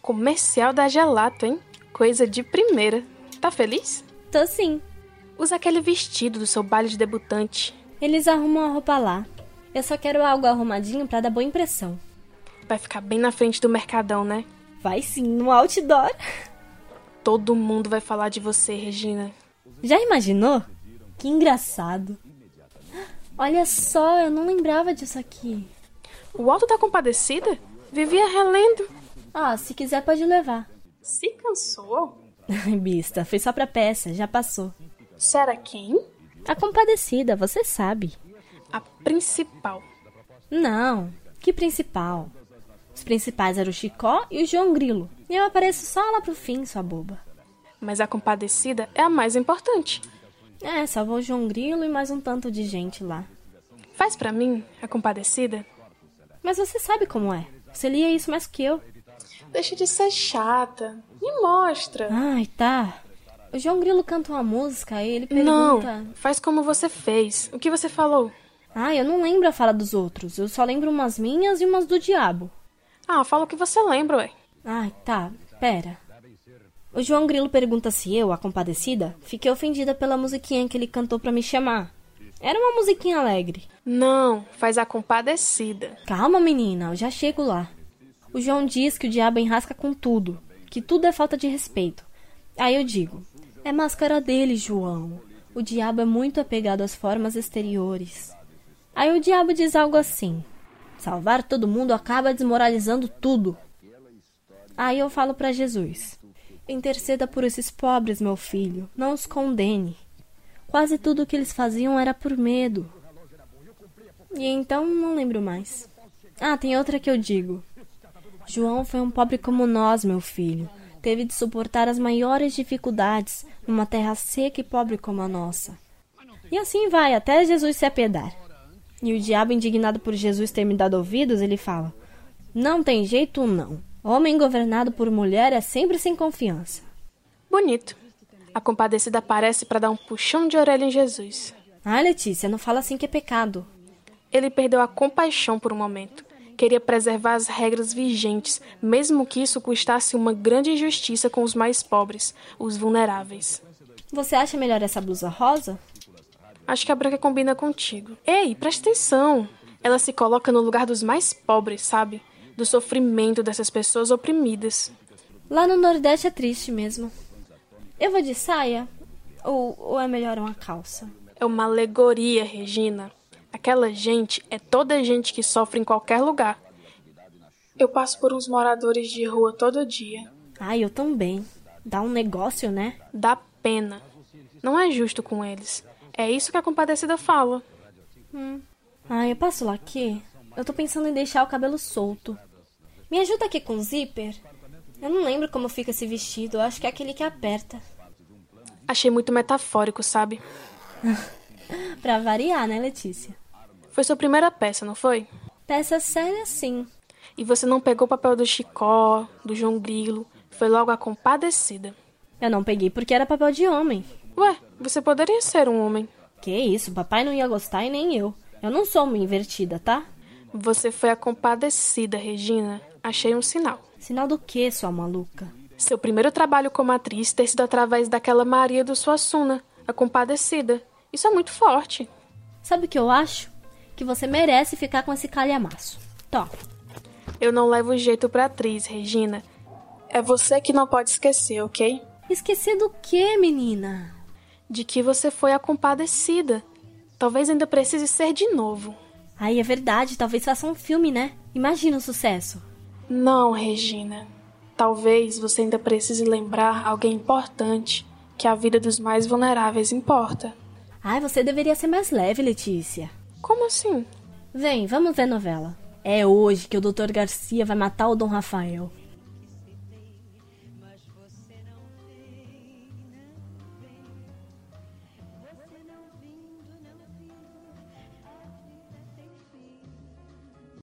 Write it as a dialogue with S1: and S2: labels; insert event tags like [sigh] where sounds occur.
S1: Comercial da Gelato, hein? Coisa de primeira. Tá feliz?
S2: Tô sim.
S1: Usa aquele vestido do seu baile de debutante.
S2: Eles arrumam a roupa lá. Eu só quero algo arrumadinho pra dar boa impressão.
S1: Vai ficar bem na frente do mercadão, né?
S2: Vai sim, no outdoor.
S1: Todo mundo vai falar de você, Regina.
S2: Já imaginou? Que engraçado. Olha só, eu não lembrava disso aqui.
S1: O alto da compadecida? Vivia relendo.
S2: Ah, se quiser pode levar. [laughs]
S1: Se cansou?
S2: Bista, foi só pra peça, já passou.
S1: Será quem?
S2: A compadecida, você sabe.
S1: A principal.
S2: Não, que principal? Os principais eram o Chicó e o João Grilo. E eu apareço só lá pro fim, sua boba.
S1: Mas a compadecida é a mais importante.
S2: É, só vou o João Grilo e mais um tanto de gente lá.
S1: Faz pra mim, a compadecida.
S2: Mas você sabe como é. Você lia isso mais que eu.
S1: Deixa de ser chata. Me mostra.
S2: Ai, tá. O João Grilo canta uma música e ele
S1: Não,
S2: pergunta.
S1: faz como você fez. O que você falou?
S2: Ah, eu não lembro a fala dos outros. Eu só lembro umas minhas e umas do diabo.
S1: Ah, fala o que você lembra, ué.
S2: Ai, tá. Pera. O João Grilo pergunta se eu, a compadecida, fiquei ofendida pela musiquinha que ele cantou pra me chamar. Era uma musiquinha alegre.
S1: Não, faz a compadecida.
S2: Calma, menina, eu já chego lá. O João diz que o diabo enrasca com tudo, que tudo é falta de respeito. Aí eu digo: é máscara dele, João. O diabo é muito apegado às formas exteriores. Aí o diabo diz algo assim: salvar todo mundo acaba desmoralizando tudo. Aí eu falo para Jesus: interceda por esses pobres, meu filho, não os condene. Quase tudo o que eles faziam era por medo. E então não lembro mais. Ah, tem outra que eu digo. João foi um pobre como nós, meu filho. Teve de suportar as maiores dificuldades numa terra seca e pobre como a nossa. E assim vai, até Jesus se apedar. E o diabo, indignado por Jesus ter me dado ouvidos, ele fala: Não tem jeito, não. Homem governado por mulher é sempre sem confiança.
S1: Bonito. A compadecida aparece para dar um puxão de orelha em Jesus.
S2: Ah, Letícia, não fala assim que é pecado.
S1: Ele perdeu a compaixão por um momento. Queria preservar as regras vigentes, mesmo que isso custasse uma grande injustiça com os mais pobres, os vulneráveis.
S2: Você acha melhor essa blusa rosa?
S1: Acho que a branca combina contigo. Ei, presta atenção! Ela se coloca no lugar dos mais pobres, sabe? Do sofrimento dessas pessoas oprimidas.
S2: Lá no Nordeste é triste mesmo. Eu vou de saia? Ou, ou é melhor uma calça?
S1: É uma alegoria, Regina. Aquela gente é toda gente que sofre em qualquer lugar. Eu passo por uns moradores de rua todo dia.
S2: Ai, eu também. Dá um negócio, né?
S1: Dá pena. Não é justo com eles. É isso que a compadecida fala.
S2: Ai, eu passo lá aqui. Eu tô pensando em deixar o cabelo solto. Me ajuda aqui com o zíper? Eu não lembro como fica esse vestido. Eu acho que é aquele que aperta. [gasps]
S1: Achei muito metafórico, sabe?
S2: Pra variar, né, Letícia?
S1: Foi sua primeira peça, não foi?
S2: Peça séria, sim.
S1: E você não pegou o papel do Chicó, do João Grilo. Foi logo a compadecida.
S2: Eu não peguei porque era papel de homem.
S1: Ué, você poderia ser um homem.
S2: Que isso, papai não ia gostar e nem eu. Eu não sou uma invertida, tá?
S1: Você foi a compadecida, Regina. Achei um sinal.
S2: Sinal do que, sua maluca?
S1: Seu primeiro trabalho como atriz ter sido através daquela Maria do Suassuna, a compadecida. Isso é muito forte.
S2: Sabe o que eu acho? Que você merece ficar com esse calhamaço. Tó.
S1: Eu não levo jeito pra atriz, Regina. É você que não pode esquecer, ok?
S2: Esquecer do que, menina?
S1: De que você foi a compadecida. Talvez ainda precise ser de novo.
S2: Aí é verdade, talvez faça um filme, né? Imagina o sucesso.
S1: Não, Regina. Talvez você ainda precise lembrar alguém importante que a vida dos mais vulneráveis importa.
S2: Ai, você deveria ser mais leve, Letícia.
S1: Como assim?
S2: Vem, vamos ver a novela. É hoje que o Dr. Garcia vai matar o Dom Rafael.